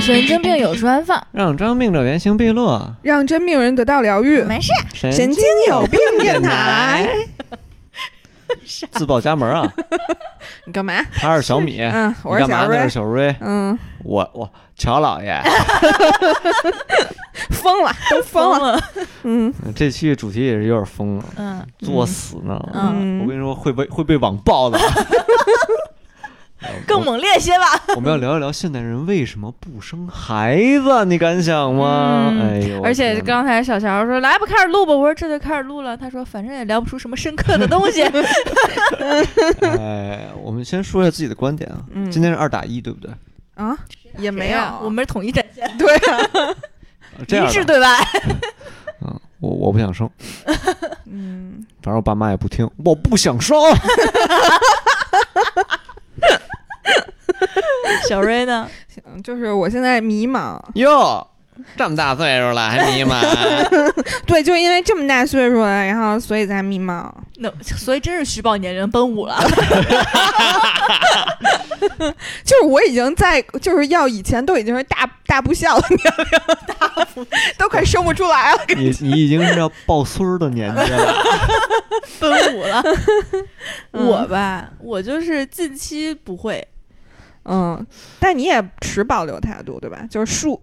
神经病有处安放，让装病者原形毕露。让真病人得到疗愈。没事。神神经有病电台，自报家门 啊！你干嘛？他是小米，你嗯，我是干小嘛？瑞那是。小瑞，嗯，我我乔老爷。疯了，都疯了。了，嗯这期主题也是有点疯了，嗯，作死呢！嗯我跟你说会被会被网暴 的。更猛烈些吧。我我们要聊一聊现代人为什么不生孩子，你敢想吗？嗯哎呦，而且天哪刚才小乔说来吧，开始录吧。我说这就开始录了。他说反正也聊不出什么深刻的 东西。哎，我们先说一下自己的观点啊。嗯今天是二打一，对不对？啊，也没有，我们是统一战线， 对啊，这样一致吧，对外。嗯，我我不想生，嗯，反正我爸妈也不听，我不想生。 小瑞呢？行就是我现在迷茫，哟，这么大岁数了还 迷茫？对，就因为这么大岁数了，然后所以才迷茫。 那所以真是虚报年龄，奔五 了。就是我已经在，就是要以前都已经是大大不孝的年龄， 大不都快生不出来了。你你已经是要抱孙儿的年纪 了。奔五 了。嗯我吧，我就是近期不会 嗯，但你也持保留态度，对吧？就是树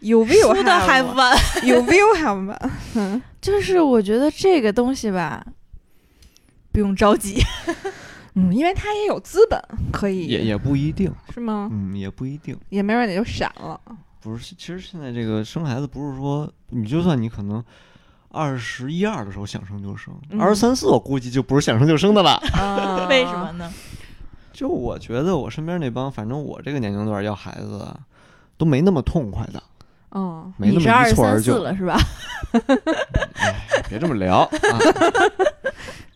有 view 输的还吧，晚，有啊 view 还吧。嗯，就是我觉得这个东西吧，不用着急。嗯，因为他也有资本可以，也也不一定，是吗？嗯，也不一定。也没准你就闪了。不是，其实现在这个生孩子不是说你就算你可能二十一二的时候想生就生，嗯二十三四我估计就不是想生就生的 了。 啊为什么？呢？就我觉得我身边那帮，反正我这个年龄段要孩子啊，都没那么痛快的，嗯，没那你是么二一十蹴而三四就。了是吧？别这么 聊啊！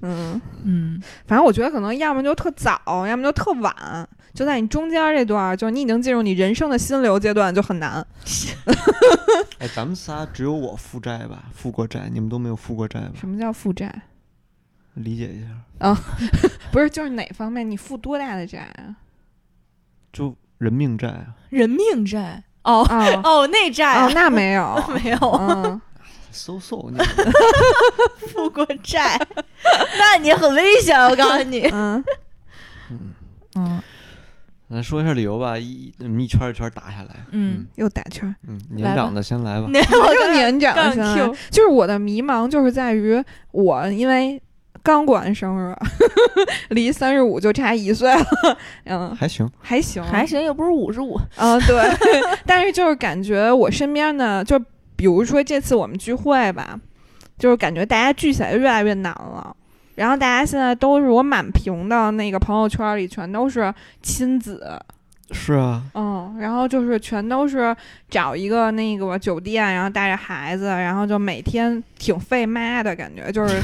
嗯，嗯，反正我觉得可能要么就特早，要么就特晚，就在你中间这段儿，就是你已经进入你人生的心流阶段，就很难。哎，咱们仨只有我负债吧，负过债，你们都没有负过债吧？什么叫负债？理解一下，不是，就是哪方面？你负多大的债啊？就人命债啊！人命债哦哦 哦，内债哦，那 没有， 没有嗯，嗖嗖，你负过债， 那你很危险，我告诉你。 嗯嗯嗯，咱说一下理由吧，一嗯一圈一圈打下来。嗯又打圈儿，嗯，年长的先来吧。那嗯 我又年长啊杠了，现在 Q 就是我的迷茫，就是在于我因为刚过完生日， 离三十五就差一岁了，嗯，还行，还行，还行，又不是五十五，嗯，对， 但是就是感觉我身边呢，就比如说这次我们聚会吧，就是感觉大家聚起来越来越难了。然后大家现在都是我满屏的那个朋友圈里全都是亲子，是啊，嗯，然后就是全都是找一个那个酒店，然后带着孩子，然后就每天挺费妈的感觉，就是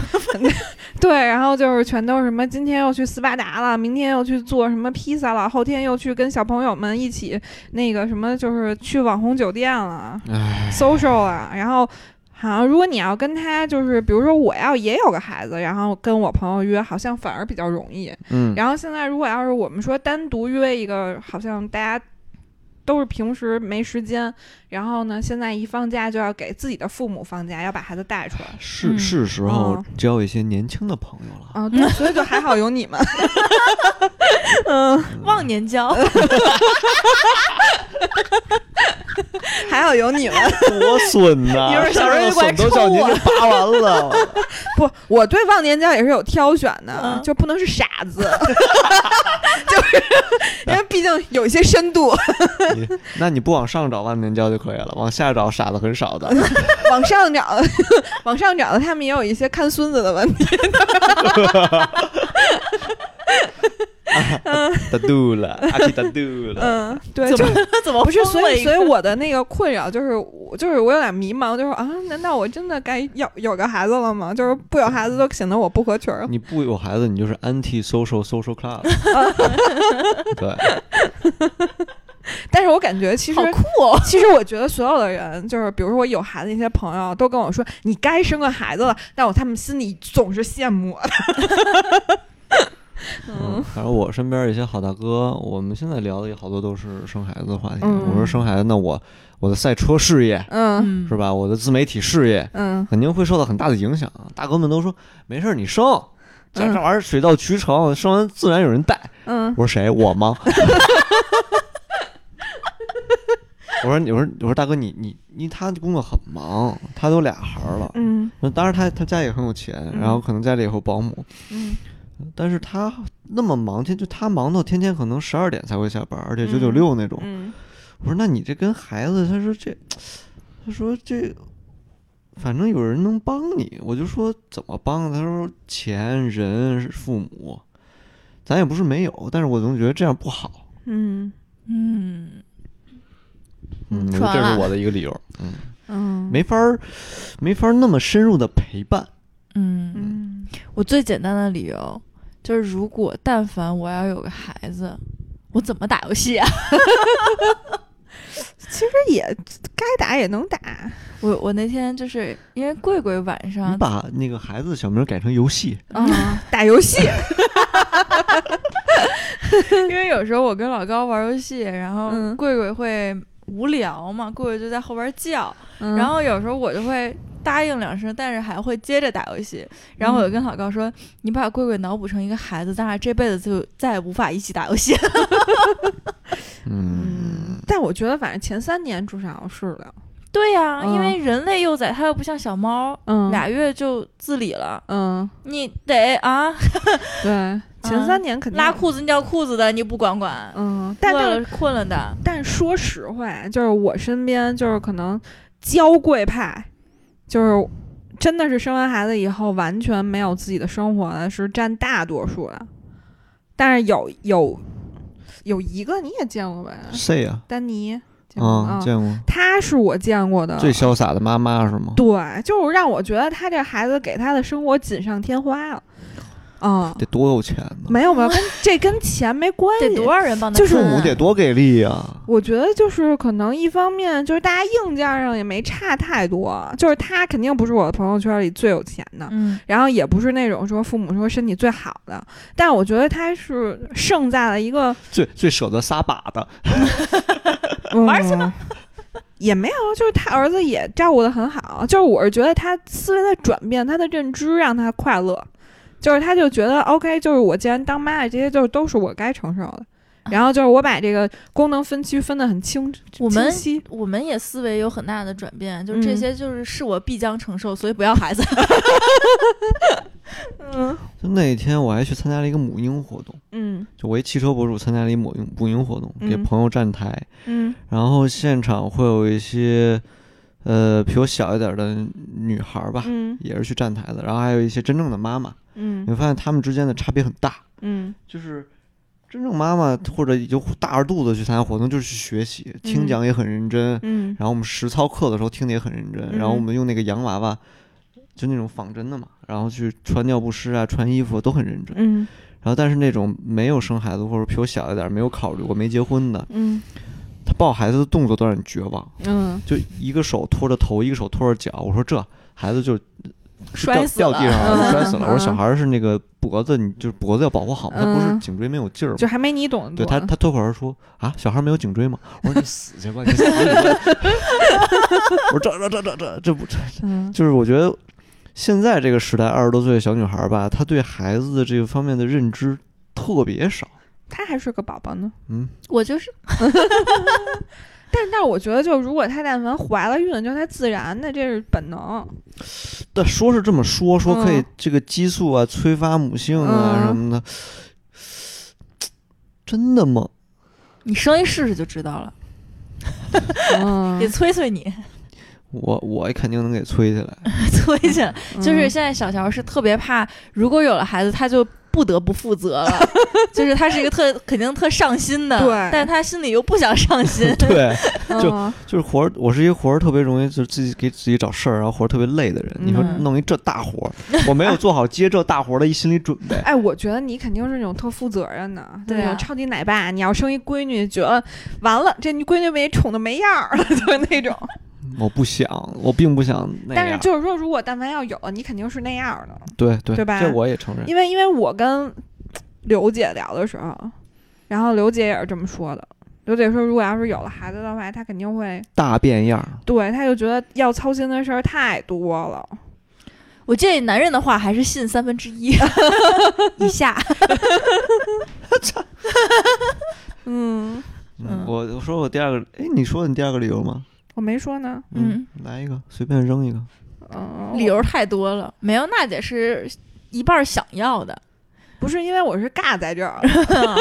对，然后就是全都是什么今天又去斯巴达了，明天又去做什么披萨了，后天又去跟小朋友们一起那个什么，就是去网红酒店了唉， ，social 了，然后。好像如果你要跟他就是，比如说我要也有个孩子，然后跟我朋友约，好像反而比较容易。嗯，然后现在如果要是我们说单独约一个，好像大家都是平时没时间，然后呢，现在一放假就要给自己的父母放假，要把孩子带出来。是嗯是时候哦交一些年轻的朋友了。啊，对，所以就还好有你们。嗯，忘年交， 还好有你们。多损呐嗯一会儿小瑞就过来抽我都叫您给拔完了。 不，我对忘年交也是有挑选的，嗯就不能是傻子， 就是因为毕竟有一些深度， 你那你不往上找万年交就可以了，往下找傻子很少的。 往上找， 往上找的他们也有一些看孙子的问题。大度了，阿奇大度了。嗯，对， 怎就么 怎么 不是，疯所了以一所以个我的那个困扰就是，我就是我有点迷茫，就是啊，难道我真的该要有个孩子了吗？就是不有孩子都显得我不合群儿。你不有孩子，你就是 anti social social club。对，但是我感觉其实好。酷哦，其实我觉得所有的人，就是比如说我有孩子那些朋友，都跟我说你该生个孩子了，但我他们心里总是羡慕我的。嗯，反正我身边一些好大哥，我们现在聊的也好多都是生孩子的话题。嗯我说生孩子，那我我的赛车事业 嗯嗯是吧，我的自媒体事业嗯肯定会受到很大的影响啊。大哥们都说没事儿，你生，这嗯这玩意儿水到渠成，生完自然有人带。嗯，我说谁？我吗？ 我说你，我说我说大哥你你你他工作很忙，他都俩孩儿了，嗯那当然他他家也很有钱，然后嗯可能家里也有保姆，嗯但是他那么忙，天就他忙到天天可能十二点才会下班，而且九九嗯六那种。嗯我说那你这跟孩子，他说这，他说这，反正有人能帮你，我就说怎么帮？他说钱、人、父母，咱也不是没有，但是我总觉得这样不好。嗯嗯，嗯，说完这是了我的一个理由，嗯，嗯，没法儿，没法儿那么深入的陪伴。嗯，嗯我最简单的理由就是，如果但凡我要有个孩子，我怎么打游戏啊？这也该打也能打，我我那天就是因为贵贵晚你上把那个孩子的小名改成游戏，嗯，打游戏， 因为有时候我跟老高玩游戏，然后嗯贵贵会无聊嘛，贵贵就在后边叫， 然然后有时候我就会答应两声，但是还会接着打游戏。然后我就跟老高说：“你把贵贵脑补成一个孩子，咱俩这辈子就再也无法一起打游戏。 嗯，但我觉得反正前三年至少是了，”对呀、嗯因为人类幼崽，它又不像小猫，嗯俩月就自理了，嗯，你得啊对，前三年肯定拉，裤子尿裤子的，你不管管，嗯，但饿但了困了的，但说实话，就是我身边就是可能娇贵派，就是真的是生完孩子以后完全没有自己的生活的是占大多数的，但是有有有一个你也见过吧，谁呀？丹尼，见过啊，嗯见过他是我见过的最潇洒的妈妈是吗？对，就是让我觉得他这孩子给他的生活锦上添花了，嗯，得多有钱呢！ 没有没有， 跟这跟钱没关系，得多少人帮他就是分父啊、母得多给力啊呀、我觉得就是可能一方面就是大家硬件上也没差太多，就是他肯定不是我的朋友圈里最有钱的，嗯然后也不是那种说父母说身体最好的，但我觉得他是胜在了一个、最最舍得撒把的，玩去吧。嗯 也没有，就是他儿子也照顾的很好，就是我是觉得他思维的转变，他的认知让他快乐，就是他就觉得 OK，就是我既然当妈了，这些就都是我该承受的，然后就是我把这个功能分区分得很清，我们清晰我们也思维有很大的转变，就是这嗯些就是是我必将承受，所以不要 孩子。嗯就那天我还去参加了一个母婴活动，嗯就我一汽车博主参加了一母婴母婴活动，给嗯朋友站台，嗯然后现场会有一些呃比我小一点的女孩儿吧，嗯也是去站台的，然后还有一些真正的妈妈，你嗯会发现她们之间的差别很大，嗯就是。真正妈妈或者有大着肚子去参加活动，就是去学习，听嗯讲也很认真，嗯然后我们实操课的时候听得也很认真，然后我嗯们用那个洋娃娃，就那种仿真的嘛，然后去穿尿不湿啊、穿衣服都很认真。嗯然后但是那种没有生孩子或者比我小一点、没有考虑过、没结婚的，嗯他抱孩子的动作都让你绝望，嗯，就一个手托着头，一个手托着脚。我说这孩子就摔掉死了掉地上了，嗯摔死了。嗯我说小孩儿是那个脖子，你就是脖子要保护好嘛，他不是嗯颈椎没有劲儿嘛。就还没你懂得对多他，呢。他脱口而出啊，小孩没有颈椎吗？我说你死去吧，你死去 吧！我说这这这这这这不这嗯就是我觉得现在这个时代，二十多岁的小女孩儿吧，她对孩子的这个方面的认知特别少。他还是个宝宝呢。嗯，我就是但但我觉得，就如果他但凡怀了孕，就他自然的，这是本能。但说是这么说，说可以嗯这个激素啊，催发母性啊嗯什么的，真的吗？你生一试试就知道了， 嗯得催催你， 我我肯定能给催起 来。，催起来。嗯就是现在小乔是特别怕，如果有了孩子，他就不得不负责了， 就是他是一个特肯定特上心的，对但他心里又不想上心 对，就嗯就是活儿，我是一个活儿特别容易就是自己给自己找事儿，然后活儿特别累的人。你说嗯弄一这大活儿，我没有做好接这大活儿的一心理准备。 哎，我觉得你肯定是那种特负责任的，就对那啊种超级奶爸。你要生一闺女，觉得完了，这闺女被宠的没样儿了， 就是那种。我不想，我并不想那样。但是就是说，如果但凡要有了，你肯定是那样儿的。对对对吧这我也承认。因为因为我跟刘姐聊的时候，然后刘姐也是这么说的。刘姐说，如果要是有了孩子的话，她肯定会大变样儿，对，她就觉得要操心的事儿太多了。我建议男人的话还是信三分之 一以下。嗯，嗯我我说我第二个，哎，你说你第二个理由吗？我没说呢。嗯，来一个，随便扔 一个。哦嗯、理由太多了，没有娜姐是一半儿想要的，不是因为我是尬在这儿，啊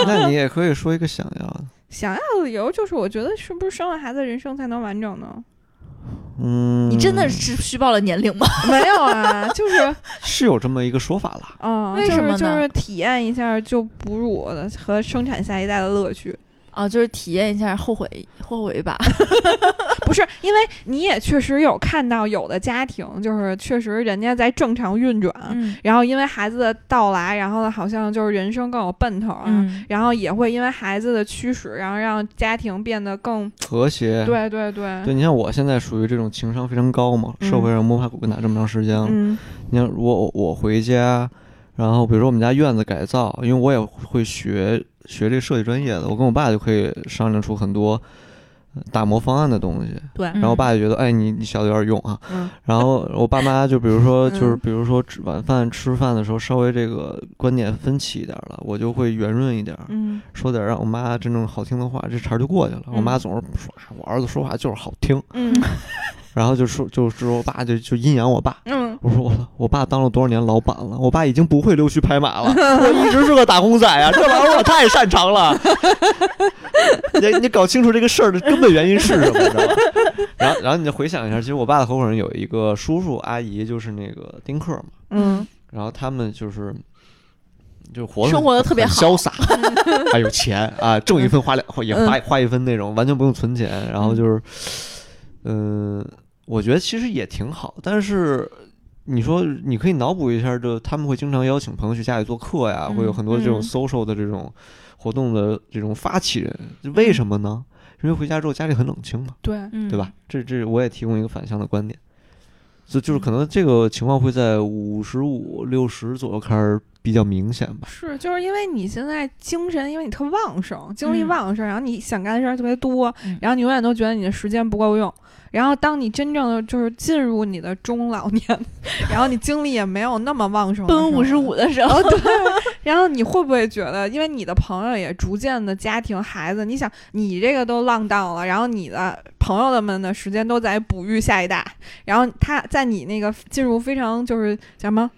那你也可以说一个想要的。想要的理由就是我觉得是不是生了孩子人生才能完整呢？嗯，你真的是虚报了年龄吗？ 没有啊， 就是是有这么一个说法啦。嗯，为什么呢就是？就是体验一下就哺乳的和生产下一代的乐趣。啊，就是体验一下，后悔后悔一把。不是，因为你也确实有看到有的家庭，就是确实人家在正常运转， 嗯然后因为孩子的到来，然后呢，好像就是人生更有奔头啊，嗯，然后也会因为孩子的驱使，然后让家庭变得更和谐。对对对，对，你像我现在属于这种情商非常高嘛，嗯社会上摸爬滚打这么长时间了。嗯你像我我回家，然后比如说我们家院子改造，因为我也会学学这设计专业的，我跟我爸就可以商量出很多呃打磨方案的东西。对，然然后我爸就觉得，哎，你你小子有点用啊。嗯然后我爸妈就比如说，就是嗯比如说吃晚饭吃饭的时候，稍微这个观点分歧一点了，我就会圆润一点，嗯说点让我妈真正好听的话，这茬儿就过去了。我妈嗯总是说，啊我儿子说话就是好听，嗯然后就说就是我爸就就阴阳我爸。嗯，我说我操我爸当了多少年老板了？我爸已经不会溜须拍马了，我一直是个打工仔啊，这玩意儿我太擅长了。 你你搞清楚这个事儿的根本原因是什么，你知道吧？ 然后然后你就回想一下，其实我爸的合伙人有一个叔叔阿姨，就是那个丁克嘛，嗯然后他们就是就活得生活的特别很好，潇洒，还有钱啊，挣一分花两花嗯也花花一分那种，完全不用存钱。然后就是，嗯，我觉得其实也挺好，但是。你说，你可以脑补一下，就他们会经常邀请朋友去家里做客呀，嗯会有很多这种嗯 social 的这种活动的这种发起人，为什么呢？因为回家之后家里很冷清嘛，对，嗯对吧？？这这我也提供一个反向的观点，就就是可嗯能这个情况会在五十五六十左右开始比较明显吧。是，就是因为你现在精神，因为你特旺盛，精力嗯旺盛，然后你想干的事儿特别多，嗯然后你永远都觉得你的时间不够用。然后当你真正的就是进入你的中老年， 然后你精力也没有那么旺盛，奔五十，五的时候，哦对，然后你会不会觉得，因为你的朋友也逐渐的家庭孩子，你想你这个都浪荡了，然后你的朋友们的时间都在哺育下一代，然后他在你那个进入非常就是叫什么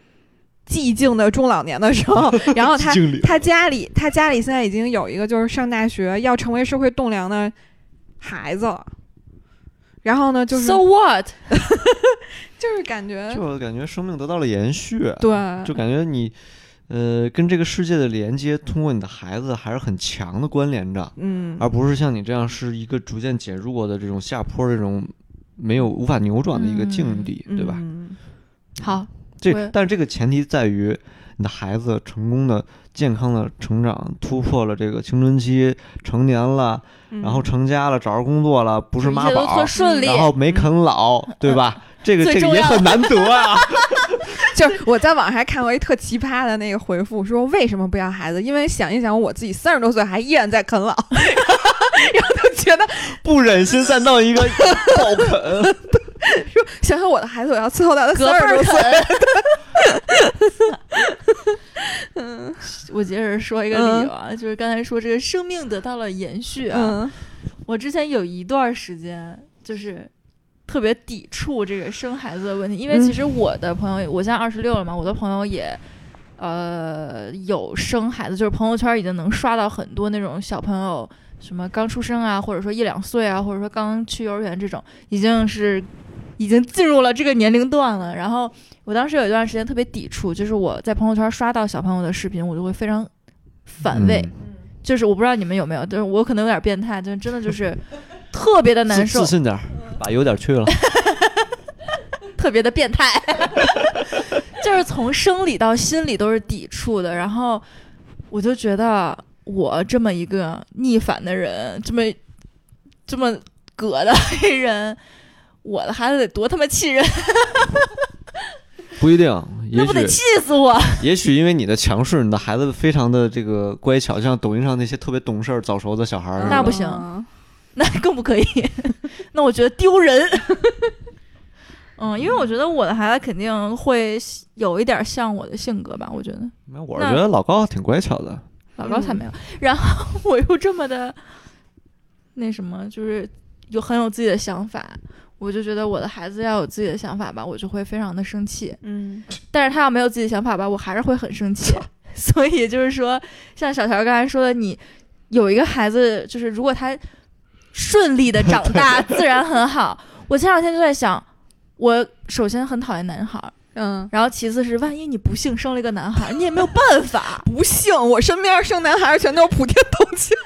寂静的中老年的时候，然 后他经理他家里，他家里现在已经有一个就是上大学要成为社会栋梁的孩子了。然后呢，就是 so what？就是感觉就感觉生命得到了延续，嗯对，就感觉你，呃，跟这个世界的连接通过你的孩子还是很强的关联着，嗯，而不是像你这样是一个逐渐减弱的这种下坡这种没有无法扭转的一个境地，对吧？嗯好，我这也但是这个前提在于你的孩子成功的、健康的成长，突破了这个青春期，成年了，然嗯后成家了，找着工作了，不不是妈一切都宝嗯特，顺利，嗯然后没啃 老，对吧？这个最这个重也要很难得 啊。就是我在网上还看过一特奇葩的那个回复，说为什么不要孩子？因为想一想我自己三十多岁还依然在 啃老，然后就觉得不忍心再弄一个 暴啃。想想我的孩子，我要伺候到他隔三辈十儿多岁，啃。 我接着说一个理由啊，就是刚才说这个生命得到了延续啊。嗯我之前有一段时间就是特别抵触这个生孩子的问题，因为其实我的朋友，我现在二十六了嘛，我的朋友也。呃，有生孩子，就是朋友圈已经能刷到很多那种小朋友，什么刚出生啊，或者说一两岁啊，或者说刚去幼儿园这种，已经是已经进入了这个年龄段了。然后我当时有一段时间特别抵触，就是我在朋友圈刷到小朋友的视频，我就会非常嗯反胃。就是我不知道你们有没有，就是我可能有点变态，就是真的就是特别的难自受自，信点儿，把有点去了。特别的变态， 就是从生理到心理都是抵触的。然后我就觉得我这么一个逆反的人，这么这么葛的黑人，我的孩子得多他妈气人！不一定，也那不得许气死我！ 也许因为你的强势，你的孩子非常的这个乖巧，就像抖音上那些特别懂事儿、早熟的小孩儿似的，那不行嗯那更不可以。 那我觉得丢人。 嗯，因为我觉得我的孩子肯定会有一点像我的性格吧，我觉得那我是觉得老高挺乖巧的，老高才没有。然后 我又这么的那什么，就是有很有自己的想法，我就觉得我的孩子要有自己的想法吧，我就会非常的生气。嗯但是他要没有自己的想法吧，我还是会很生气。 所以就是说，像小乔刚才说的，你有一个孩子，就是如果他顺利的长大，自然很好。我前两天就在想，我首先很讨厌男孩儿，嗯，然后其次是万一你不幸生了一个男孩儿，你也没有办法。不幸，我身边生男孩全都是普天同庆。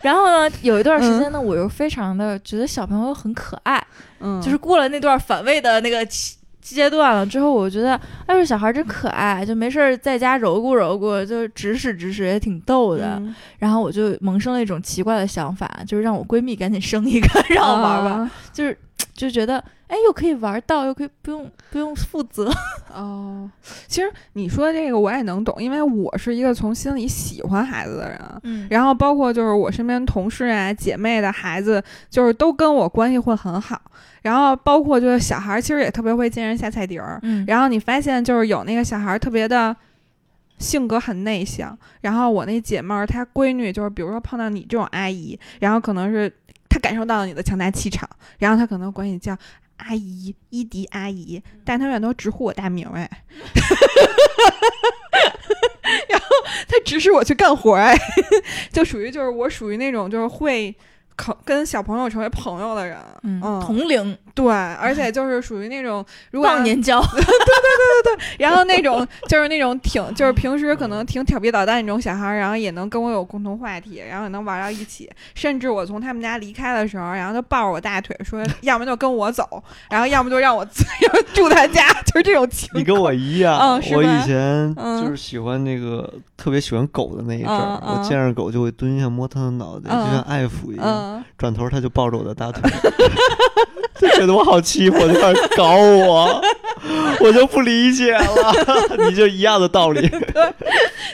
然后呢，有一段时间呢，我又非常的觉得小朋友很可爱，嗯就是过了那段反胃的那个期阶段了之后，我觉得哎，这小孩真可爱，就没事儿在家揉咕揉咕，就指使指使也挺逗的。然后我就萌生了一种奇怪的想法，就是让我闺蜜赶紧生一个 让我玩玩，吧。就是就觉得哎，又可以玩到，又可以不用不用负责。哦，其实你说这个我也能懂，因为我是一个从心里喜欢孩子的人。嗯然后包括就是我身边同事啊、姐妹的孩子，就是都跟我关系会很好。然后包括就是小孩，其实也特别会见人下菜碟儿。嗯然后你发现就是有那个小孩特别的性格很内向，然后我那姐妹儿她闺女就是比如说碰到你这种阿姨，然后可能是她感受到了你的强大气场，然后她可能管你叫。阿姨，伊迪阿姨，嗯但她永远都直呼我大名 哎，然后她指使我去干活哎， 就属于就是我属于那种就是会考跟小朋友成为朋友的人，嗯嗯，同龄对，而且就是属于那种如果忘年交，然后那种就是那种挺就是平时可能挺调皮捣蛋那种小孩儿，然后也能跟我有共同话题，然后也能玩到一起。甚至我从他们家离开的时候，然后就抱着我大腿说，要么就跟我走，然后要么就让我 自要么住他家，就是这种情 你跟我一样，嗯是我吧以前嗯就是喜欢那个、特别喜欢狗的那一阵儿，嗯嗯我见着狗就会蹲下摸它的脑袋，嗯就像爱抚一样，嗯，转头它就抱着我的大腿， 就觉得我好欺负，就开始搞我， 我就不理解了， 你就一样的道理。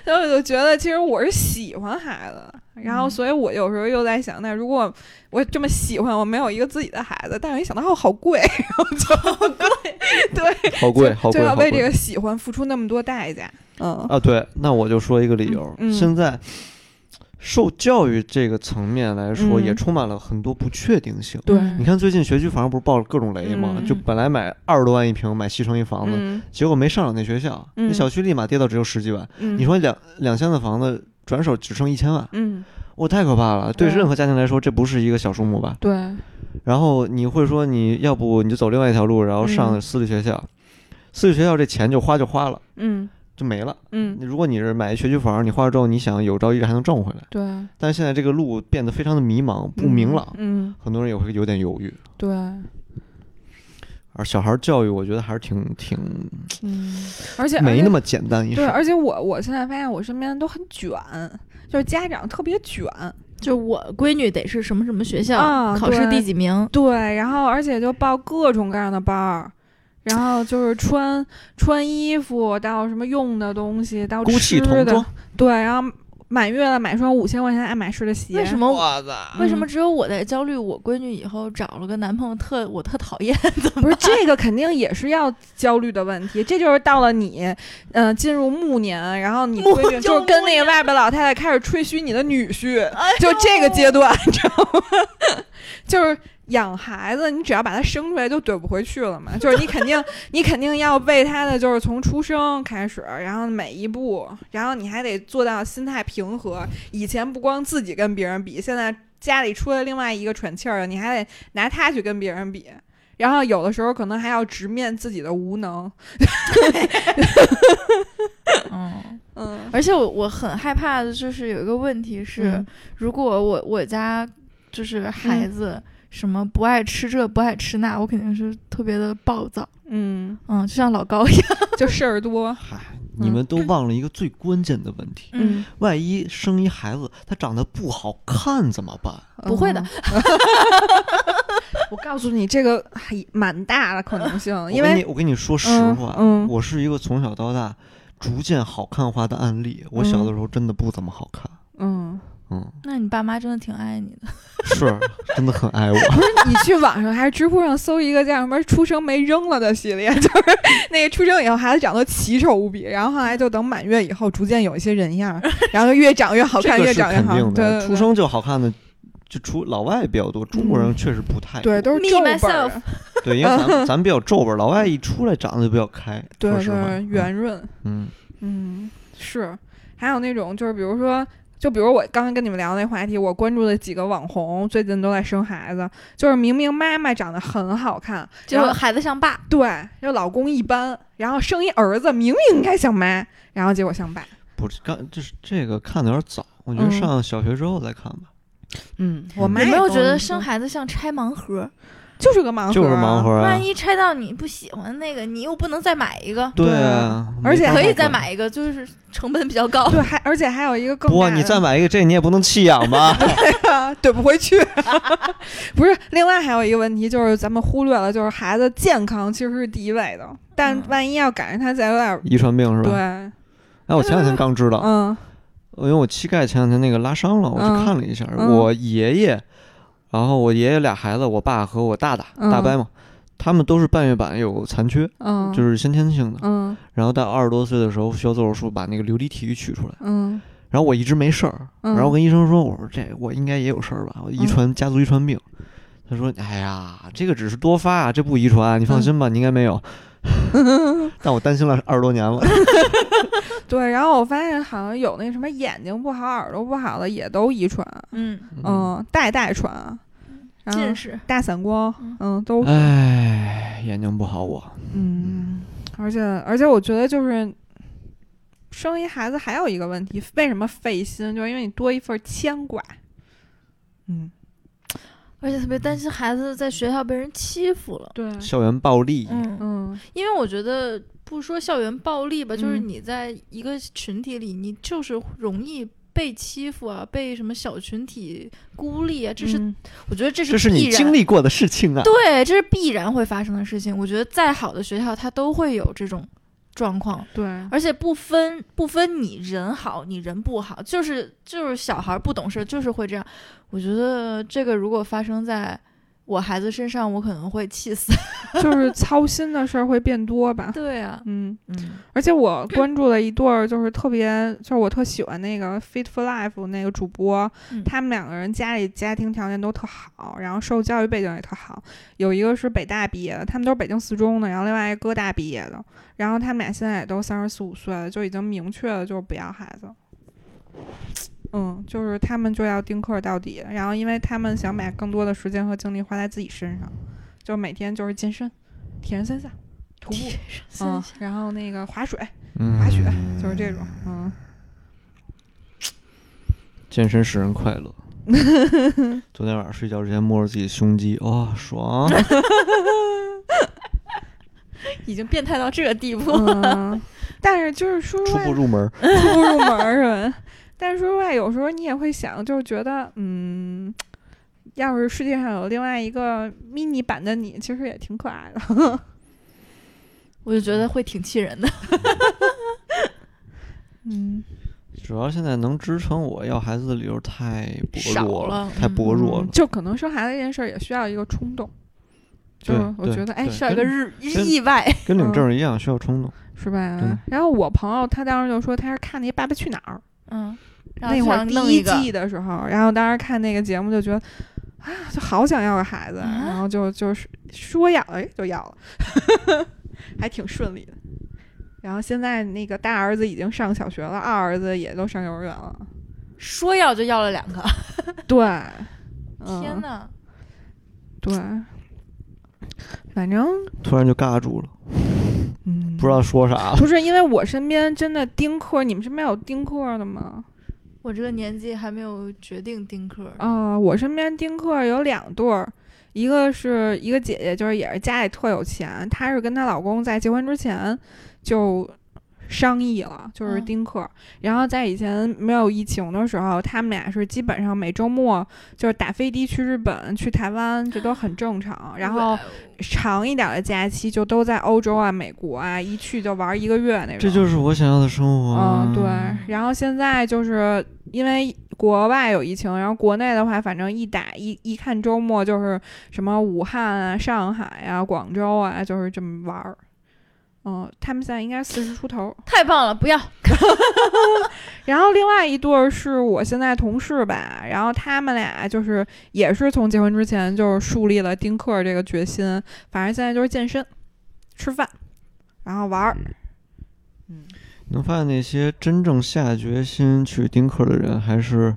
所以我就觉得其实我是喜欢孩子。然后，嗯所以我有时候又在想，那如果我这么喜欢，我没有一个自己的孩子，但是一想到哦好贵，然后就好贵，对， 好贵，好 就贵，要好为贵。这个喜欢付出那么多代价。嗯，啊，对，那我就说一个理由。嗯嗯现在受教育这个层面来说，嗯也充满了很多不确定性。对你看最近学区房不是爆了各种雷吗？嗯就本来买二十多万一平买西城一房子，嗯结果没上涨那学校，那嗯小区立马跌到只有十几万。嗯你说两两厢的房子转手只剩一千万，嗯，我、太可怕了！对对啊任何家庭来说，这不是一个小数目吧？对，然后你会说你要不你就走另外一条路，然后上嗯私立学校，私立学校这钱就花就花了，嗯就没了。嗯，如果你是买学区房，你花了之后，你想有朝一日还能挣回来，对，但现在这个路变得非常的迷茫、不明朗，嗯，很多人也会有点犹豫。对，而小孩教育，我觉得还是挺挺嗯，而且没那么么简单一事对，儿。而且我我现在发现我身边都很卷，就是家长特别卷，就我闺女得是什么什么学校，啊考试对第几名，对，然后而且就报各种各样的班儿。然后就是穿穿衣服到什么用的东西到姑吃气童的装，，对，然后满月了买双五千块钱爱马仕的鞋，为什么我？操！为什么嗯只有我在焦虑？我闺女以后找了个男朋友特，我特讨厌，怎 么不是办这个肯定也是要焦虑的问题，这就是到了你，嗯、进入暮年，然后你暮闺女就就跟暮那个年外边老太太开始吹嘘你的女婿，哎就呦这个阶段， 你知道吗？ 就是养孩子，你只要把他生出来就怼不回去了嘛，就是你肯定你肯定要为他的就是从出生开始，然后每一步，然后你还得做到心态平和。以前不光自己跟别人比，现在家里出来另外一个喘气儿的，你还得拿他去跟别人比。然后有的时候可能还要直面自己的无能，嗯，嗯，而且我我很害怕的就是有一个问题是，嗯如果我我家就是孩嗯子什么不爱吃这不爱吃那，我肯定是特别的暴躁，嗯，嗯，就像老高一样， 就事儿多，嗨，你们都忘了一个最关键的问题：嗯，万一生一哦孩子他长得不好看怎么办？不会的，嗯我告诉你，这个还蛮大的可能性，我跟因为你我跟你说实嗯话，嗯我是一个从小到大逐渐好看化的案例。我小的时候真的不怎么好看，嗯，嗯，那你爸妈真的挺爱你的，是 真的很爱我。你去网上还是知乎上搜一个叫什么“出生没扔了”的系列， 就是那个出生以后孩子长得奇丑无比，然后后来就等满月以后逐渐有一些 人样儿，然后越长越好这看，个越是长越肯好。定对的，对嗯出生就好看的，就出老外比较多，中国人确实不太对多都是 Me, 皱纹 myself 儿，对，因为咱 们咱们比较皱巴，老外一出来长得就比较开，对说对实话，对圆润，嗯，嗯是，还有那种就是比如说。就比如我刚刚跟你们聊的那话题，我关注的几个网红最近都在生孩子，就是明明妈妈长得很好看，就然后是孩子像爸，对，就老公一般，然后生一儿子，明明应该像妈，然后结果像爸。不是刚就是这个看的有点早，我觉得嗯上小学之后再看吧，嗯，我嗯妈有也没有跟觉我得们生说孩子像拆盲盒？就是个盲盒，就是盲盒，啊万，一拆到你不喜欢那个，你又不能再买一个，对啊，而且没办法可以再管。买一个，就是成本比较高。对，还而且还有一个更不，大你的再买一个这你也不能弃养吧？ 怼不回去。 不是，另外还有一个问题就是咱们忽略了，就是孩子健康其实是第一位的，但嗯万一要赶上他再有点儿、遗传病是吧？对，哎，我前两天刚知道，嗯因为我膝盖前两天那个拉伤了，我去嗯看了一下，嗯我爷爷，然后我爷爷俩孩子，我爸和我大大嗯大伯嘛，他们都是半月板有残缺，嗯，就是先天性的。嗯然后到二十多岁的时候需要做手术把那个流离体育取出来，嗯然后我一直没事儿，嗯然后我跟医生说，我说这我应该也有事儿吧，我遗嗯传家族遗传病。他说：“哎呀，这个只是多发，啊这不遗传，你嗯放心吧，你应该没 有。”但我担心了二十多年了。对。然后我发现好像有那什么眼睛不好、耳朵不好的也都遗传，嗯，嗯，嗯，代代传啊，然后近视。大散光，嗯，都啊哎，眼睛不好我，嗯，而且而且我觉得就是生一孩子还有一个问题，为什么费心？就是因为你多一份牵挂。嗯，而且特别担心孩子在学校被人欺负了。对，校园暴力，嗯，嗯因为我觉得不说校园暴力吧，就是嗯你在一个群体里，你就是容易被欺负啊，被什么小群体孤立啊，这是、嗯我觉得这是这是必你然经历过的事情啊。对，这是必然会发生的事情。我觉得再好的学校，它都会有这种状况。对， 而且不分不分你人好你人不好，就是就是小孩不懂事，就是会这样。我觉得这个如果发生在我孩子身上，我可能会气死。。就是操心的事儿会变多吧对啊，嗯，嗯而且我关注了一对儿，就是特别，就是我特喜欢那个 Fit for Life 那个主播，嗯他们两个人家里家庭条件都特好，然后受教育背景也特好。有一个是北大毕业的，他们都是北京四中的，然后另外一个哥大毕业的，然后他们俩现在也都三十四五岁了，就已经明确了就是不要孩子。嗯，就是他们就要丁克到底，然后因为他们想把更多的时间和精力花在自己身上，就每天就是健身、铁人三项、徒步，嗯，然后那个划水。嗯滑雪，就是这种， 嗯，健身使人快 乐。昨天晚上睡觉之前摸着自己胸肌，哇、 爽！已经变态到这个地步。嗯但是就是说实初话，步入门， 初步入门儿是吧？但是说实话，有时候你也会想，就是觉得，嗯，要是世界上有另外一个 mini 版的你，其实也挺可爱的。我就觉得会挺气人的。 嗯，主要现在能支撑我要孩子的理由太薄弱少了太薄弱了。嗯就可能生孩子这件事儿也需要一个冲动，就对是我对觉得，哎，对是找一个日意外，跟嗯领证一样，需要冲动。是吧对？然后我朋友他当时就说，他是看那《爸爸去哪儿》。嗯，然后那会儿想第弄一个季的时候，然后当时看那个节目就觉得啊，就好想要个孩子，啊然后就就是说要哎就要了， 还挺顺利的。然后现在那个大儿子已经上小学了，二儿子也都上幼儿园 了。说要就要了两个，对，天嗯，哪！对，反正突然就尬住了，嗯，不知道说啥了。不是因为我身边真的丁克，你们身边有丁克的吗？我这个年纪还没有决定丁克，啊、我身边丁克有两对儿，一个是一个姐姐，就是也是家里特有钱，她是跟她老公在结婚之前就商议了，就是嗯丁克。然后在以前没有疫情的时候，他们俩是基本上每周末就是打飞的去日本、去台湾，这都很正常。嗯然后长一点的假期就都在欧洲啊、美国啊，一去就玩一个月那种。这就是我想要的生活啊。嗯嗯，对。然后现在就是因为国外有疫情，然后国内的话，反正一打一一看周末就是什么武汉啊、上海啊、广州啊，就是这么玩儿。嗯，他们现在应该四十出头。太棒了，不要然后另外一对儿是我现在同事吧，然后他们俩就是也是从结婚之前就是树立了丁克这个决心，反正现在就是健身、吃饭，然后玩儿。能发现那些真正下决心去丁克的人，还是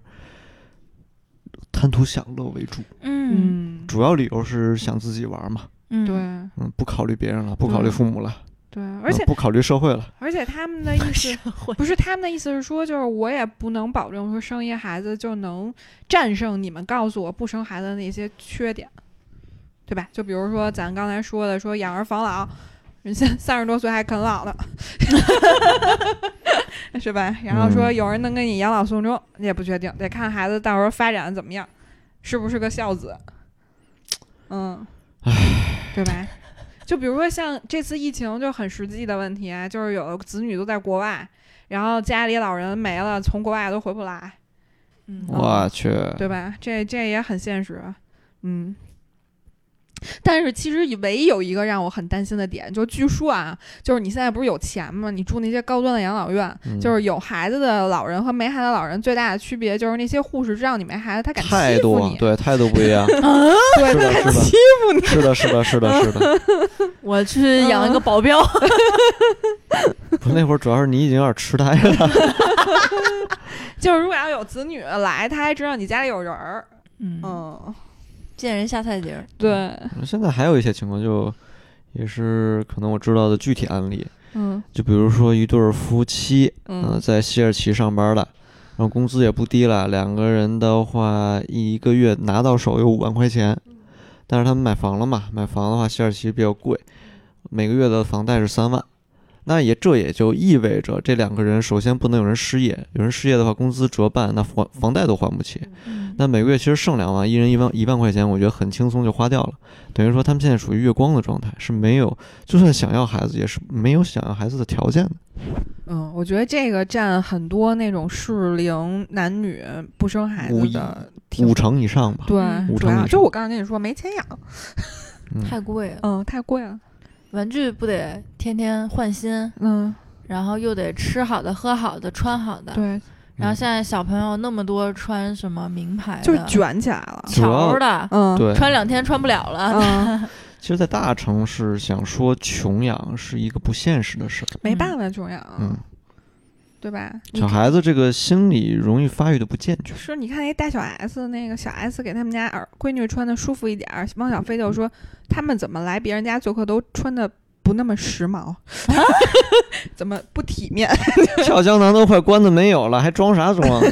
贪图享乐为主，嗯主要理由是想自己玩嘛，嗯，对嗯，不考虑别人了，不考虑父母了，对，嗯而且嗯不考虑社会了，而且他们的意思社会不是他们的意思是说，就是我也不能保证说生一个孩子就能战胜你们告诉我不生孩子的那些缺点，对吧？就比如说咱刚才说的，说养儿防老，人家三十多岁还啃老呢， 是吧？然后说嗯有人能给你养老送终，也不确定，得看孩子到时候发展怎么样，是不是个孝子，嗯，对吧？就比如说像这次疫情就很实际的问题啊，就是有的子女都在国外，然后家里老人没了，从国外都回不来，嗯 哇我去，对吧？这这也很现实，嗯。但是其实唯一有一个让我很担心的点，就据说啊，就是你现在不是有钱吗？你住那些高端的养老院，嗯就是有孩子的老人和没孩子的老人最大的区别就是那些护士知道你没孩子，他敢欺态负度你，嗯对态度不一样， 对，是他的敢是的欺负你。是的，是的，是的，是的。我去养嗯一个保镖，不，那会儿主要是你已经有点痴呆了， 就是如果要有子女来，他还知道你家里有人儿，嗯， 嗯，见人下菜碟儿，对，嗯现在还有一些情况就。也是可能我知道的具体案例，嗯就比如说一对儿夫妻，嗯，嗯在西尔奇上班了，然后工资也不低了，两个人的话一个月拿到手有五万块钱，但是他们买房了嘛，买房的话西尔奇比较贵，每个月的房贷是三万，那也这也就意味着这两个人首先不能有人失业，有人失业的话工资折半，那还房贷都还不起，嗯那每个月其实剩两万，一人一万一万块钱，我觉得很轻松就花掉了，等于说他们现在属于月光的状态，是没有就算想要孩子也是没有想要孩子的条件的，嗯，我觉得这个占很多那种适龄男女不生孩无子意的挺五成以上吧。对嗯五主成以要上就我刚才跟你说没钱养，嗯太贵了，嗯，太贵了，玩具不得天天换新，嗯，然后又得吃好的、喝好的、穿好的，对，然嗯后现在小朋友那么多穿什么名牌的，就是卷起来了，主要条的，嗯，对，穿两天穿不了了， 嗯，其实，在大城市想说穷养是一个不现实的事儿。没办法穷养，嗯，对吧？小孩子这个心理容易发育的不健 全。是，你看那大小 S 那个小 S 给他们家儿闺女穿的舒服一点儿，汪小菲就说他们怎么来别人家做客都穿的不那么时 髦，怎么不体面？跳江南都快关的没有了，还装啥装？啊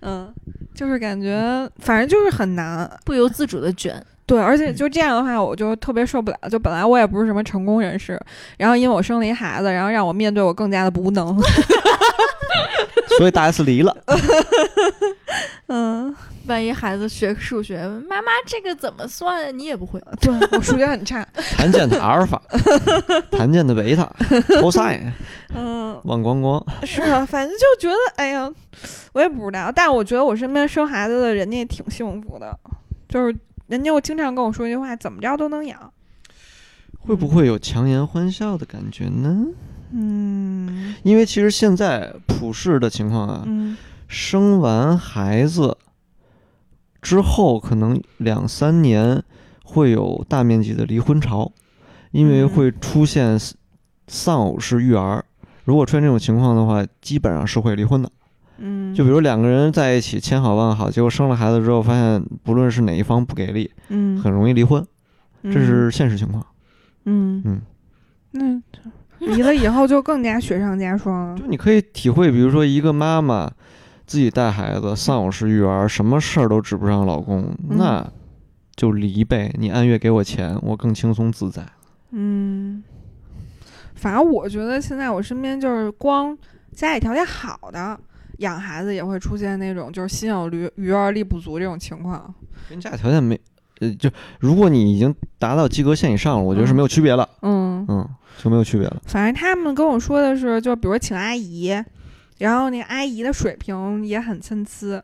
嗯，就是感觉反正就是很难，不由自主的卷，对，而且就这样的话，我就特别受不了。就本来我也不是什么成功人士，然后因为我生了一孩子，然后让我面对我更加的无能。 所以大 S 离了， 嗯，万一孩子学数学，妈妈这个怎么算你也不会， 对我数学很差。谭健的阿尔法，谭健的贝塔，cosine， 嗯，忘光光。是啊，反正就觉得，哎呀，我也不知道。但我觉得我身边生孩子的人家也挺幸福的，就是人家我经常跟我说一句话，怎么着都能养。会不会有强颜欢笑的感觉呢？嗯因为其实现在普世的情况啊，嗯生完孩子之后，可能两三年会有大面积的离婚潮，因为嗯会出现丧丧偶式育儿。如果出现这种情况的话，基本上是会离婚的。嗯，就比如两个人在一起千好万好，结果生了孩子之后，发现不论是哪一方不给力，嗯，很容易离婚，这这是现实情况。嗯嗯嗯，那离了以后就更加雪上加霜了就。你可以体会，比如说一个妈妈自己带孩子，丧偶式育儿，什么事儿都指不上老公，嗯那就离呗。你按月给我钱，我更轻松自在。嗯，反正我觉得现在我身边就是光家里条件好的养孩子也会出现那种就是心有余余而力不足这种情况。跟家里条件没，呃，就如果你已经达到及格线以上了，我觉得是没有区别了，嗯，嗯，就没有区别了。反正他们跟我说的是，就比如请阿姨，然后那个阿姨的水平也很参差。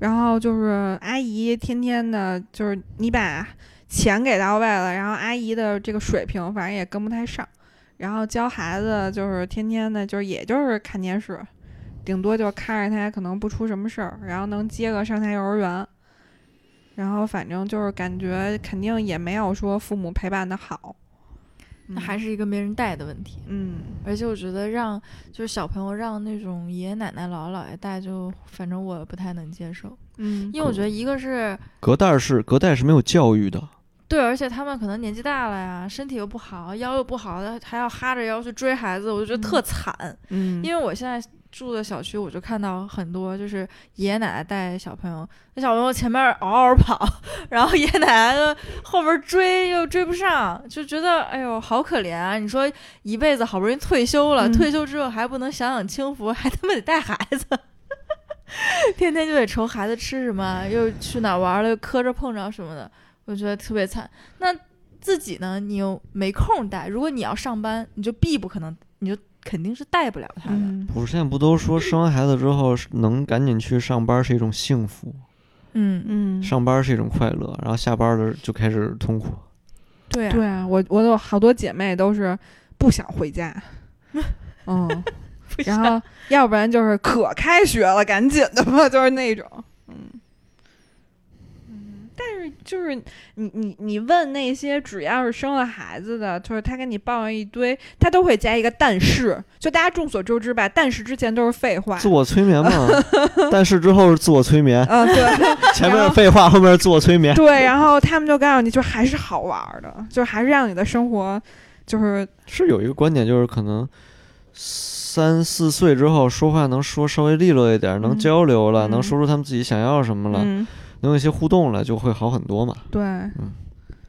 然后就是阿姨天天的，就是你把钱给到位了，然后阿姨的这个水平反正也跟不太上，然后教孩子就是天天的，就是也就是看电视，顶多就看着他可能不出什么事儿，然后能接个上下幼儿园，然后反正就是感觉肯定也没有说父母陪伴的好，那还是是一个没人带的问题。嗯而且我觉得让就是小朋友让那种爷爷奶奶、姥姥姥爷带，就反正我不太能接受，嗯因为我觉得一个是隔代是隔代是没有教育的，对，而且他们可能年纪大了呀，身体又不好，腰又不好的，还要哈着腰去追孩子，我就觉得特惨。嗯，因为我现在住的小区，我就看到很多就是爷爷奶奶带小朋友，那小朋友前面嗷嗷跑，然后爷爷奶奶就后边追又追不上，就觉得哎呦好可怜啊！你说一辈子好不容易退休了，嗯退休之后还不能享享清福，还他妈得带孩子。 天天就得愁孩子吃什么，又去哪儿玩了，又磕着碰着什么的，我觉得特别惨。那自己呢，你又没空带，如果你要上班，你就必不可能，你就肯定是带不了他的。嗯不是现在不都说生完孩子之后是能赶紧去上班是一种幸福，嗯，嗯，上班是一种快乐，然后下班了就开始痛苦。对啊，对啊，我我有好多姐妹都是不想回家， 嗯，然后要不然就是可开学了，赶紧的吧，就是那种，嗯。嗯，但是就是你你你问那些只要是生了孩子的，就是他跟你抱怨一堆，他都会加一个但是，就大家众所周知吧，但是之前都是废话自。我催眠嘛， 但是之后是自我催眠，嗯，对前面是废话，后面是自我催 眠，对，然后他们就告诉你，就还是好玩儿的，就还是让你的生活就是是有一个观点，就是可能三四岁之后说话能说稍微利落一点，能嗯交流了，能嗯说出他们自己想要什么了，嗯，能有一些互动了，就会好很多嘛。对，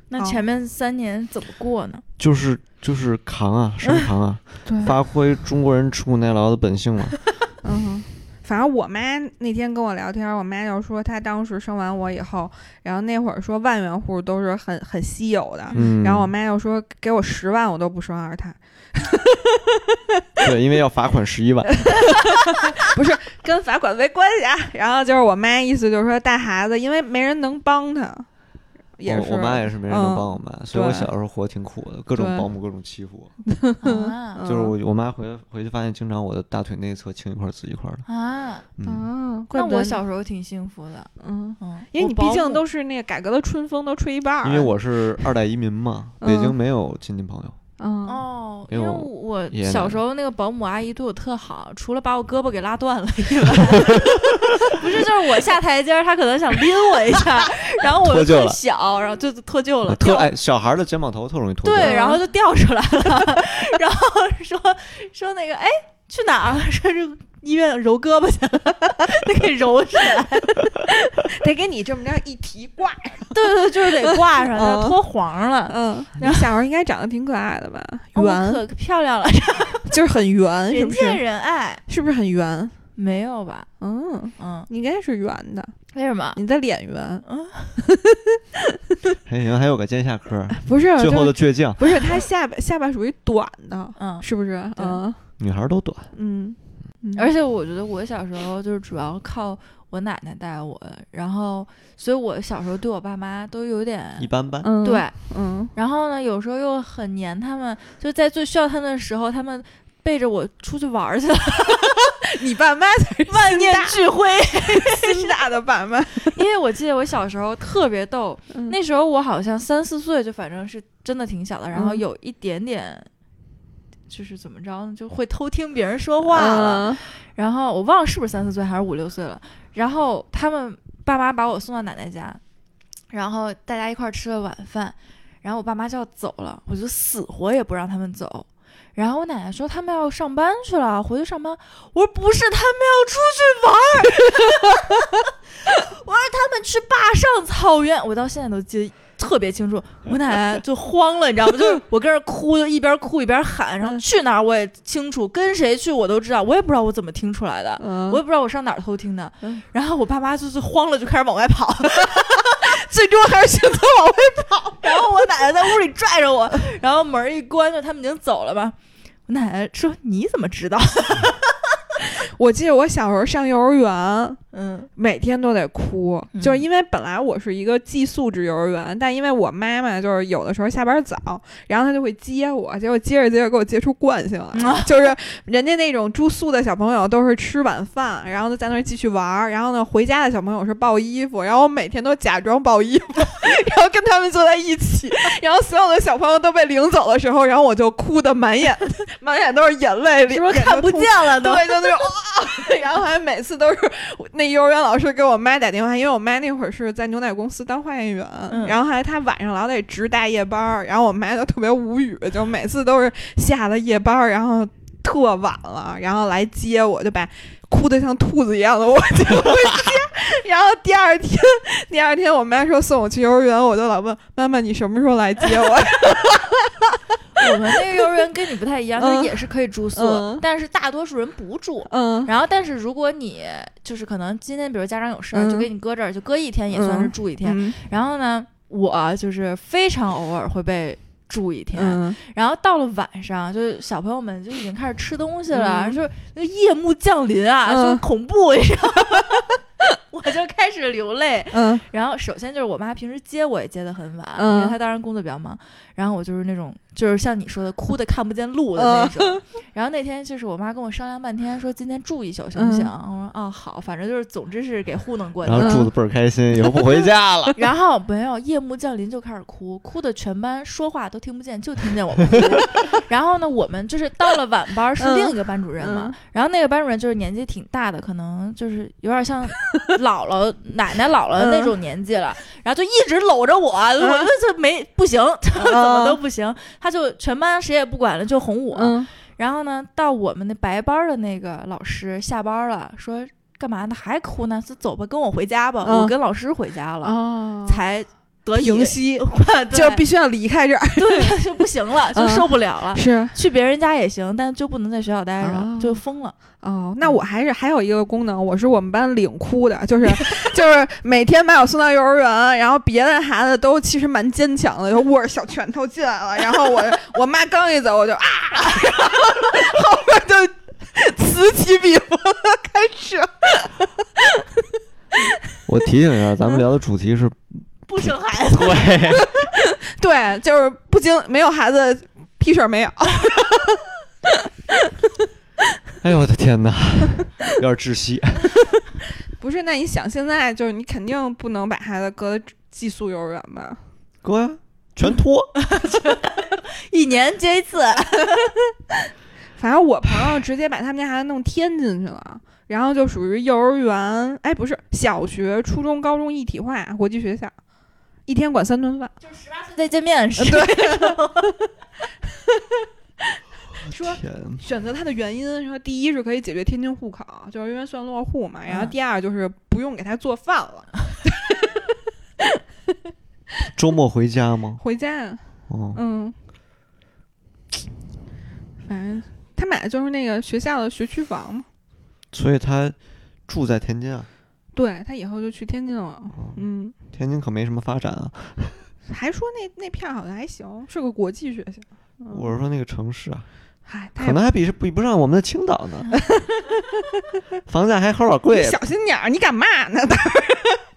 那哦前面三年怎么过 呢？就是就是扛啊，生扛啊，对，发挥中国人吃苦耐劳的本性 嘛。嗯哼，反正我妈那天跟我聊天，我妈就说她当时生完我以后，然后那会儿说万元户都是很很稀有的，嗯，然后我妈就说给我十万我都不生二胎，对，因为要罚款十一万，跟罚款没关系啊。然后就是我妈意思就是说带孩子，因为没人能帮她， 也是哦我我妈也是没人能嗯帮我妈，所以我对小时候活得挺苦的，各种对保姆各种欺负我。啊嗯就是我我妈回回去发现，经常我的大腿内侧青一块儿紫一块儿的。啊！嗯，啊，怪那不得我你小时候挺幸福的，嗯。嗯，因为你毕竟都是是那个改革的春风都吹一半儿，因为我是二代移民嘛，嗯北京没有亲戚朋友。嗯，哦，因因为为我我爷爷奶奶小时候那个保姆阿姨对我特好，除了把我胳膊给拉断了 以外， 不是就是我下台阶儿，她可能想拎我一下， 然后我脱又臼特了小，然后就脱臼哦了，特掉哎，小孩儿的肩膀头特容易脱对，臼。然后就掉出来了， 然后说说那个哎去哪儿？说是医院揉胳膊去了， 得给揉起来，得给你这么着一提挂， 对对，对就是得挂 上，嗯就脱黄了。 嗯，你小时候应该长得挺可爱的吧？哦圆，可漂亮 了，就是很圆，是人不见是？人爱。是不是很圆？没有吧？嗯，嗯，你应该是圆的，为什么？你的脸圆，还行，还有个肩下颏 儿， 不是？最就后是的倔强，不是它下巴下巴属于短的，嗯，是不是？对嗯女孩儿都短。嗯，嗯而且我觉得我小时候就是主要靠我奶奶带我，然后，所以我小时候对我爸妈都有点一般般，嗯，对，嗯然后呢，有时候又很黏他们，就在最需要他们的时候，他们背着我出去玩儿去了，你爸 妈才是 万念大俱灰。心大的爸妈，因为我记得我小时候特别逗，那那时候我好像三四岁，就反正是真的挺小的，然后嗯有一点点。就是怎么着呢，就会偷听别人说话了。，然后我忘了是不是三四岁还是五六岁了。然后他们爸妈把我送到奶奶家，然后大家一块儿吃了晚饭，然后我爸妈就要走了，我就死活也不让他们走。然后我奶奶说他们要上班去了，回去上班。我说不是，他们要出去玩儿。 我说他们去坝上草原，我到现在都记特别清楚，我奶奶就慌了，你知道吗？就是我跟着哭，就一边哭一边喊，然后去哪儿我也清楚，跟谁去我都知道，我也不知道我怎么听出来的，嗯我也不知道我上哪儿偷听的嗯。然后我爸妈就是慌了，就开始往外跑， 最终还是选择往外跑。 然后我奶奶在屋里拽着我， 然后门一关，就他们已经走了嘛。我奶奶说：“你怎么知道我记得我小时候上幼儿园，？”嗯每天都得哭，嗯就是因为本来我是一个寄宿制幼儿园，但因为我妈妈就是有的时候下班早，然后她就会接我，结果接着接着给我接出惯性 来，啊就是人家那种住宿的小朋友都是吃晚饭，然后呢在那儿继续玩儿，然后呢回家的小朋友是抱衣服，然后我每天都假装抱衣服， 然后跟他们坐在一起，然后所有的小朋友都被领走的时候，然后我就哭的满眼 满眼都是眼泪，是不是 脸都看不通见 了都？对，就那种啊，然后还每次都是那幼儿园老师给我妈打电话，因为我妈那会儿是在牛奶公司当化验员，嗯然后还她晚上老得值大夜班儿，然后我妈就特别无语，就每次都是下了夜班儿，然后特晚了，然后来接我，就把哭得像兔子一样的 我接回家，然后第二天， 第二天我妈说送我去幼儿园，我就老问妈妈你什么时候来接我？我们那个幼儿园跟你不太一样，它嗯也是可以住宿，嗯但是大多数人不住。嗯然后，但是如果你就是可能今天，比如家长有事儿，嗯就给你搁这儿，就搁一天也算是嗯住一天。嗯然后呢，我就是非常偶尔会被住一天，嗯，然后到了晚上，就是小朋友们就已经开始吃东西了，嗯就是那个夜幕降临啊，嗯就恐怖，你知道吗？ 我就开始流泪，嗯然后首先就是我妈平时接我也接得很晚，嗯因为她当然工作比较忙。然后我就是那种就是像你说的哭的看不见路的嗯那种。 然后那天就是我妈跟我商量半天，说今天住一宿行不行？嗯我说哦好，反正就是总之是给糊弄过去然后了。。住的倍儿开心，以后不回家 了 然后没有夜幕降临就开始哭，哭的全班说话都听不见，就听见我哭。然后呢，我们就是到了晚班是嗯另一个班主任嘛，嗯然后那个班主任就是年纪挺大的，可能就是有点像姥姥、奶奶、姥姥那嗯种年纪了，然后就一直搂着我，我这这没不行，怎么都不行，他就全班谁也不管了，就哄我。嗯然后呢，到我们那白班的那个老师下班了，说干嘛呢？还哭呢？走吧，跟我回家吧。嗯我跟老师回家了，哦才得以 平息嗯就就必须要离开这儿。 对就不行了，就嗯受不了了。 是去别人家也行，但就不能在学校待着，哦就疯了。哦，那我还是还有一个功能，我是我们班领哭的，就是就是每天把我送到幼儿园，然后别的孩子都其实蛮坚强的，就握着小拳头进来了，然后我我妈刚一走，我就啊，然后后面就此起彼伏的开始。我提醒一下，咱们聊的主题是嗯不生孩子， 对，对，就是不经没有孩子屁事儿没有。哎呦我的天 哪，有点窒息。不是，那你想现在就是你肯定不能把孩子搁寄宿幼儿园吧？哥呀，全脱。 嗯一年接一次。反正我朋友直接把他们家孩子弄添进去了，然后就属于幼儿园，哎，不是小学、初中、高中一体化国际学校，一天管三顿饭。再见面是，说天，选择它的原因，说第一是可以解决天津户口，就是因为算落户嘛，然后嗯第二就是不用给他做饭 了，周末回家吗？回家，哦， 嗯，反正他买的就是那个学校的学区房嘛，所以他住在天津啊，对他以后就去天津了，嗯，天津可没什么发展啊。还说那那片儿好像还行，是个国际学校，嗯我是说那个城市啊，嗨，他也可能还比比不上我们的青岛 呢，房价还有点你贵小心点儿，你敢骂呢？ 待会儿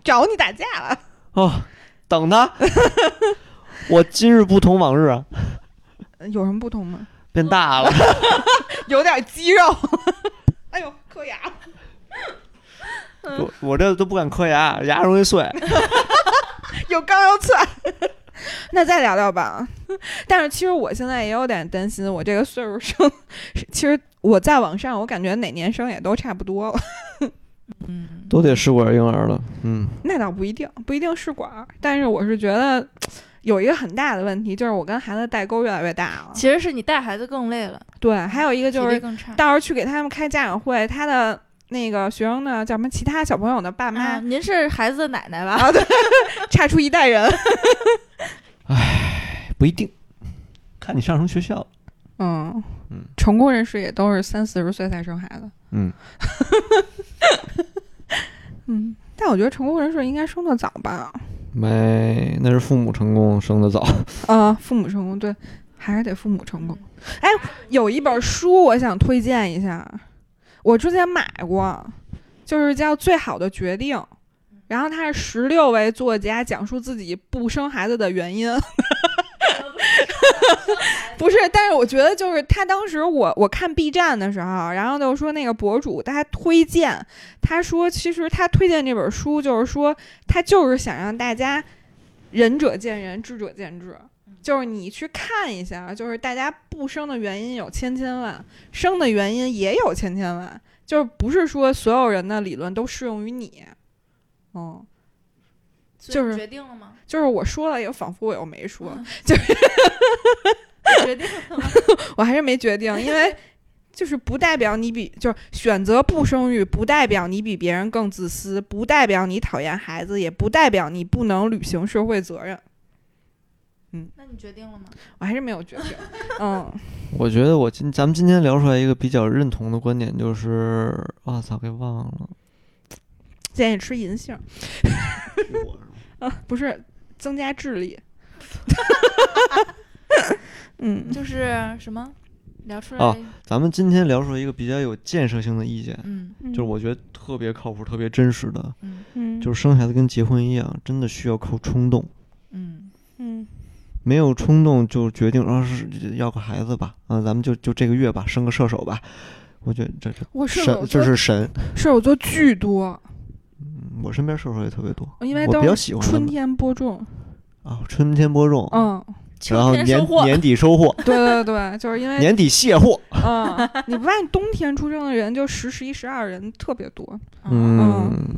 找你打架了。哦。等他， 我今日不同往日啊，有什么不同吗？变大了。有点肌肉。 哎呦，磕牙了。我我这都不敢磕牙，牙容易碎。有刚有脆。 那再聊聊吧。但是其实我现在也有点担心，我这个岁数生， 其实我再往上，我感觉哪年生也都差不多了。 嗯，都得试管婴儿了，嗯，那倒不一定，不一定试管儿。但是我是觉得有一个很大的问题，就是我跟孩子代沟越来越大了。其实是你带孩子更累了，对，还有一个就体是力更差。到时候去给他们开家长会，他的那个学生的叫什么其他小朋友的爸妈、啊，您是孩子的奶奶吧？啊，对， 差出一代人。不一定，看你上什么学校。嗯嗯，成功人士也都是三四十岁才生孩子。嗯，嗯，但我觉得成功人士应该生的早吧？没，那是父母成功生的早。呃，父母成功对，还是得父母成功。哎，有一本书我想推荐一下，我之前买过，就是叫《最好的决定》，然后它是十六位作家讲述自己不生孩子的原因。 不是，但是我觉得就是他当时我我看 B 站的时候，然后就说那个博主他推荐，他说其实他推荐这本书就是说他就是想让大家仁者见仁，智者见智，就是你去看一下，就是大家不生的原因有千千万，生的原因也有千千万，就是不是说所有人的理论都适用于你，嗯。所以就你是决定了吗？就是我说了，又仿佛我又没说，决定了吗？ 我还是没决定，因为就是不代表你比就是选择不生育，不代表你比别人更自私，不代表你讨厌孩子，也不代表你不能履行社会责任。那你决定了吗？我还是没有决定，嗯，我觉得我今咱们今天聊出来一个比较认同的观点，就是啊，操，给忘 了。建议吃银杏，啊，不是增加智力。 嗯，就是什么聊出来？哦咱们今天聊出来一个比较有建设性的意见，嗯就是我觉得特别靠谱、特别真实的，嗯嗯，就是生孩子跟结婚一样，真的需要靠冲动。嗯，嗯没有冲动就决定，啊，是要个孩子吧，啊，咱们就就这个月吧，生个射手吧。我觉得这这我射手神座这是神，射手座巨多，嗯我身边射手也特别多，因为我都比较是喜欢他春们哦天播种，啊，春天播种，嗯，秋然后天年收获年底收 获，对对对，就是因为年底卸货，嗯，你不发现冬天出生的人就十、十一、十二人特别多，嗯，哦嗯，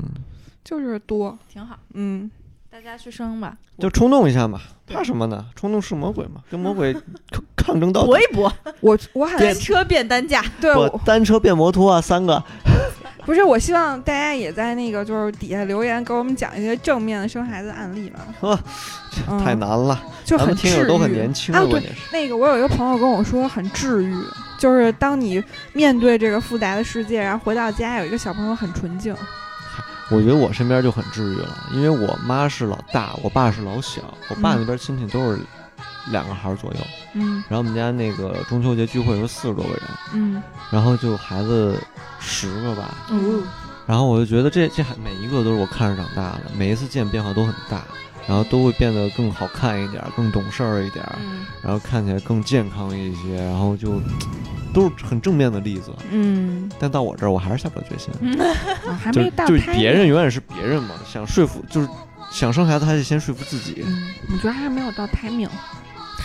就是多，挺好，嗯，大家去生吧，就冲动一下嘛，怕什么呢？冲动是魔鬼嘛，跟魔 鬼抗抗争到底搏。一搏，我我很单车变单架，对，我我单车变摩托啊，三个，不是我希望大家也在那个就是底下留言，给我们讲一些正面的生孩子案例嘛，呵嗯哦太难了。就咱 很们听友治都很愈年轻啊的，关对，键是，那个我有一个朋友跟我说很治愈，就是当你面对这个复杂的世界，然后回到家，有一个小朋友很纯净，我觉得我身边就很治愈了，因为我妈是老大，我爸是老小，我爸嗯那边亲戚都是两个孩儿左右。嗯然后我们家那个中秋节聚会有四十多个人，嗯然后就孩子十个吧，哦嗯然后我就觉得这这还每一个都是我看着长大的，每一次见变化都很大，然后都会变得更好看一点儿，更懂事儿一点儿，嗯然后看起来更健康一些，然后就都是很正面的例子。嗯，但到我这儿，我还是下不了决心。啊还就没是到就是他别那人永远是别人嘛，想说服就是想生孩子，还得先说服自己。嗯，我觉得还没有到 timing。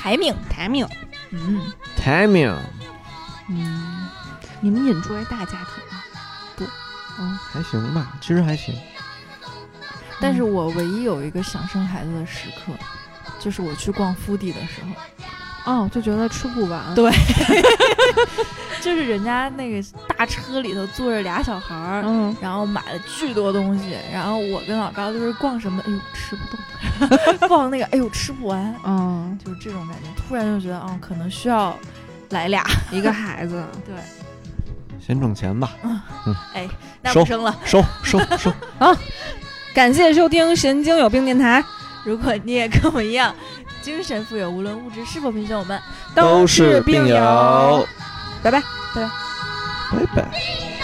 timing， timing，嗯 Timing 嗯，你们引出来大家庭啊吗？还行吧，其实还行。但是我唯一有一个想生孩子的时刻，就是我去逛 foodie 的时候，哦，就觉得吃不完。对就是人家那个大车里头坐着俩小孩儿，嗯，然后买了巨多东西，然后我跟老高就是逛什么，哎呦吃不 动，逛那个哎呦吃不完，嗯，就是这种感觉。突然就觉得，哦，可能需要来俩，一个孩子，对，先挣钱吧，那收不生了。收收 收。感谢收听《神经有病电台》，如果你也跟我一样，精神富有，无论物质是否贫穷，我们都是病友。拜拜。拜拜。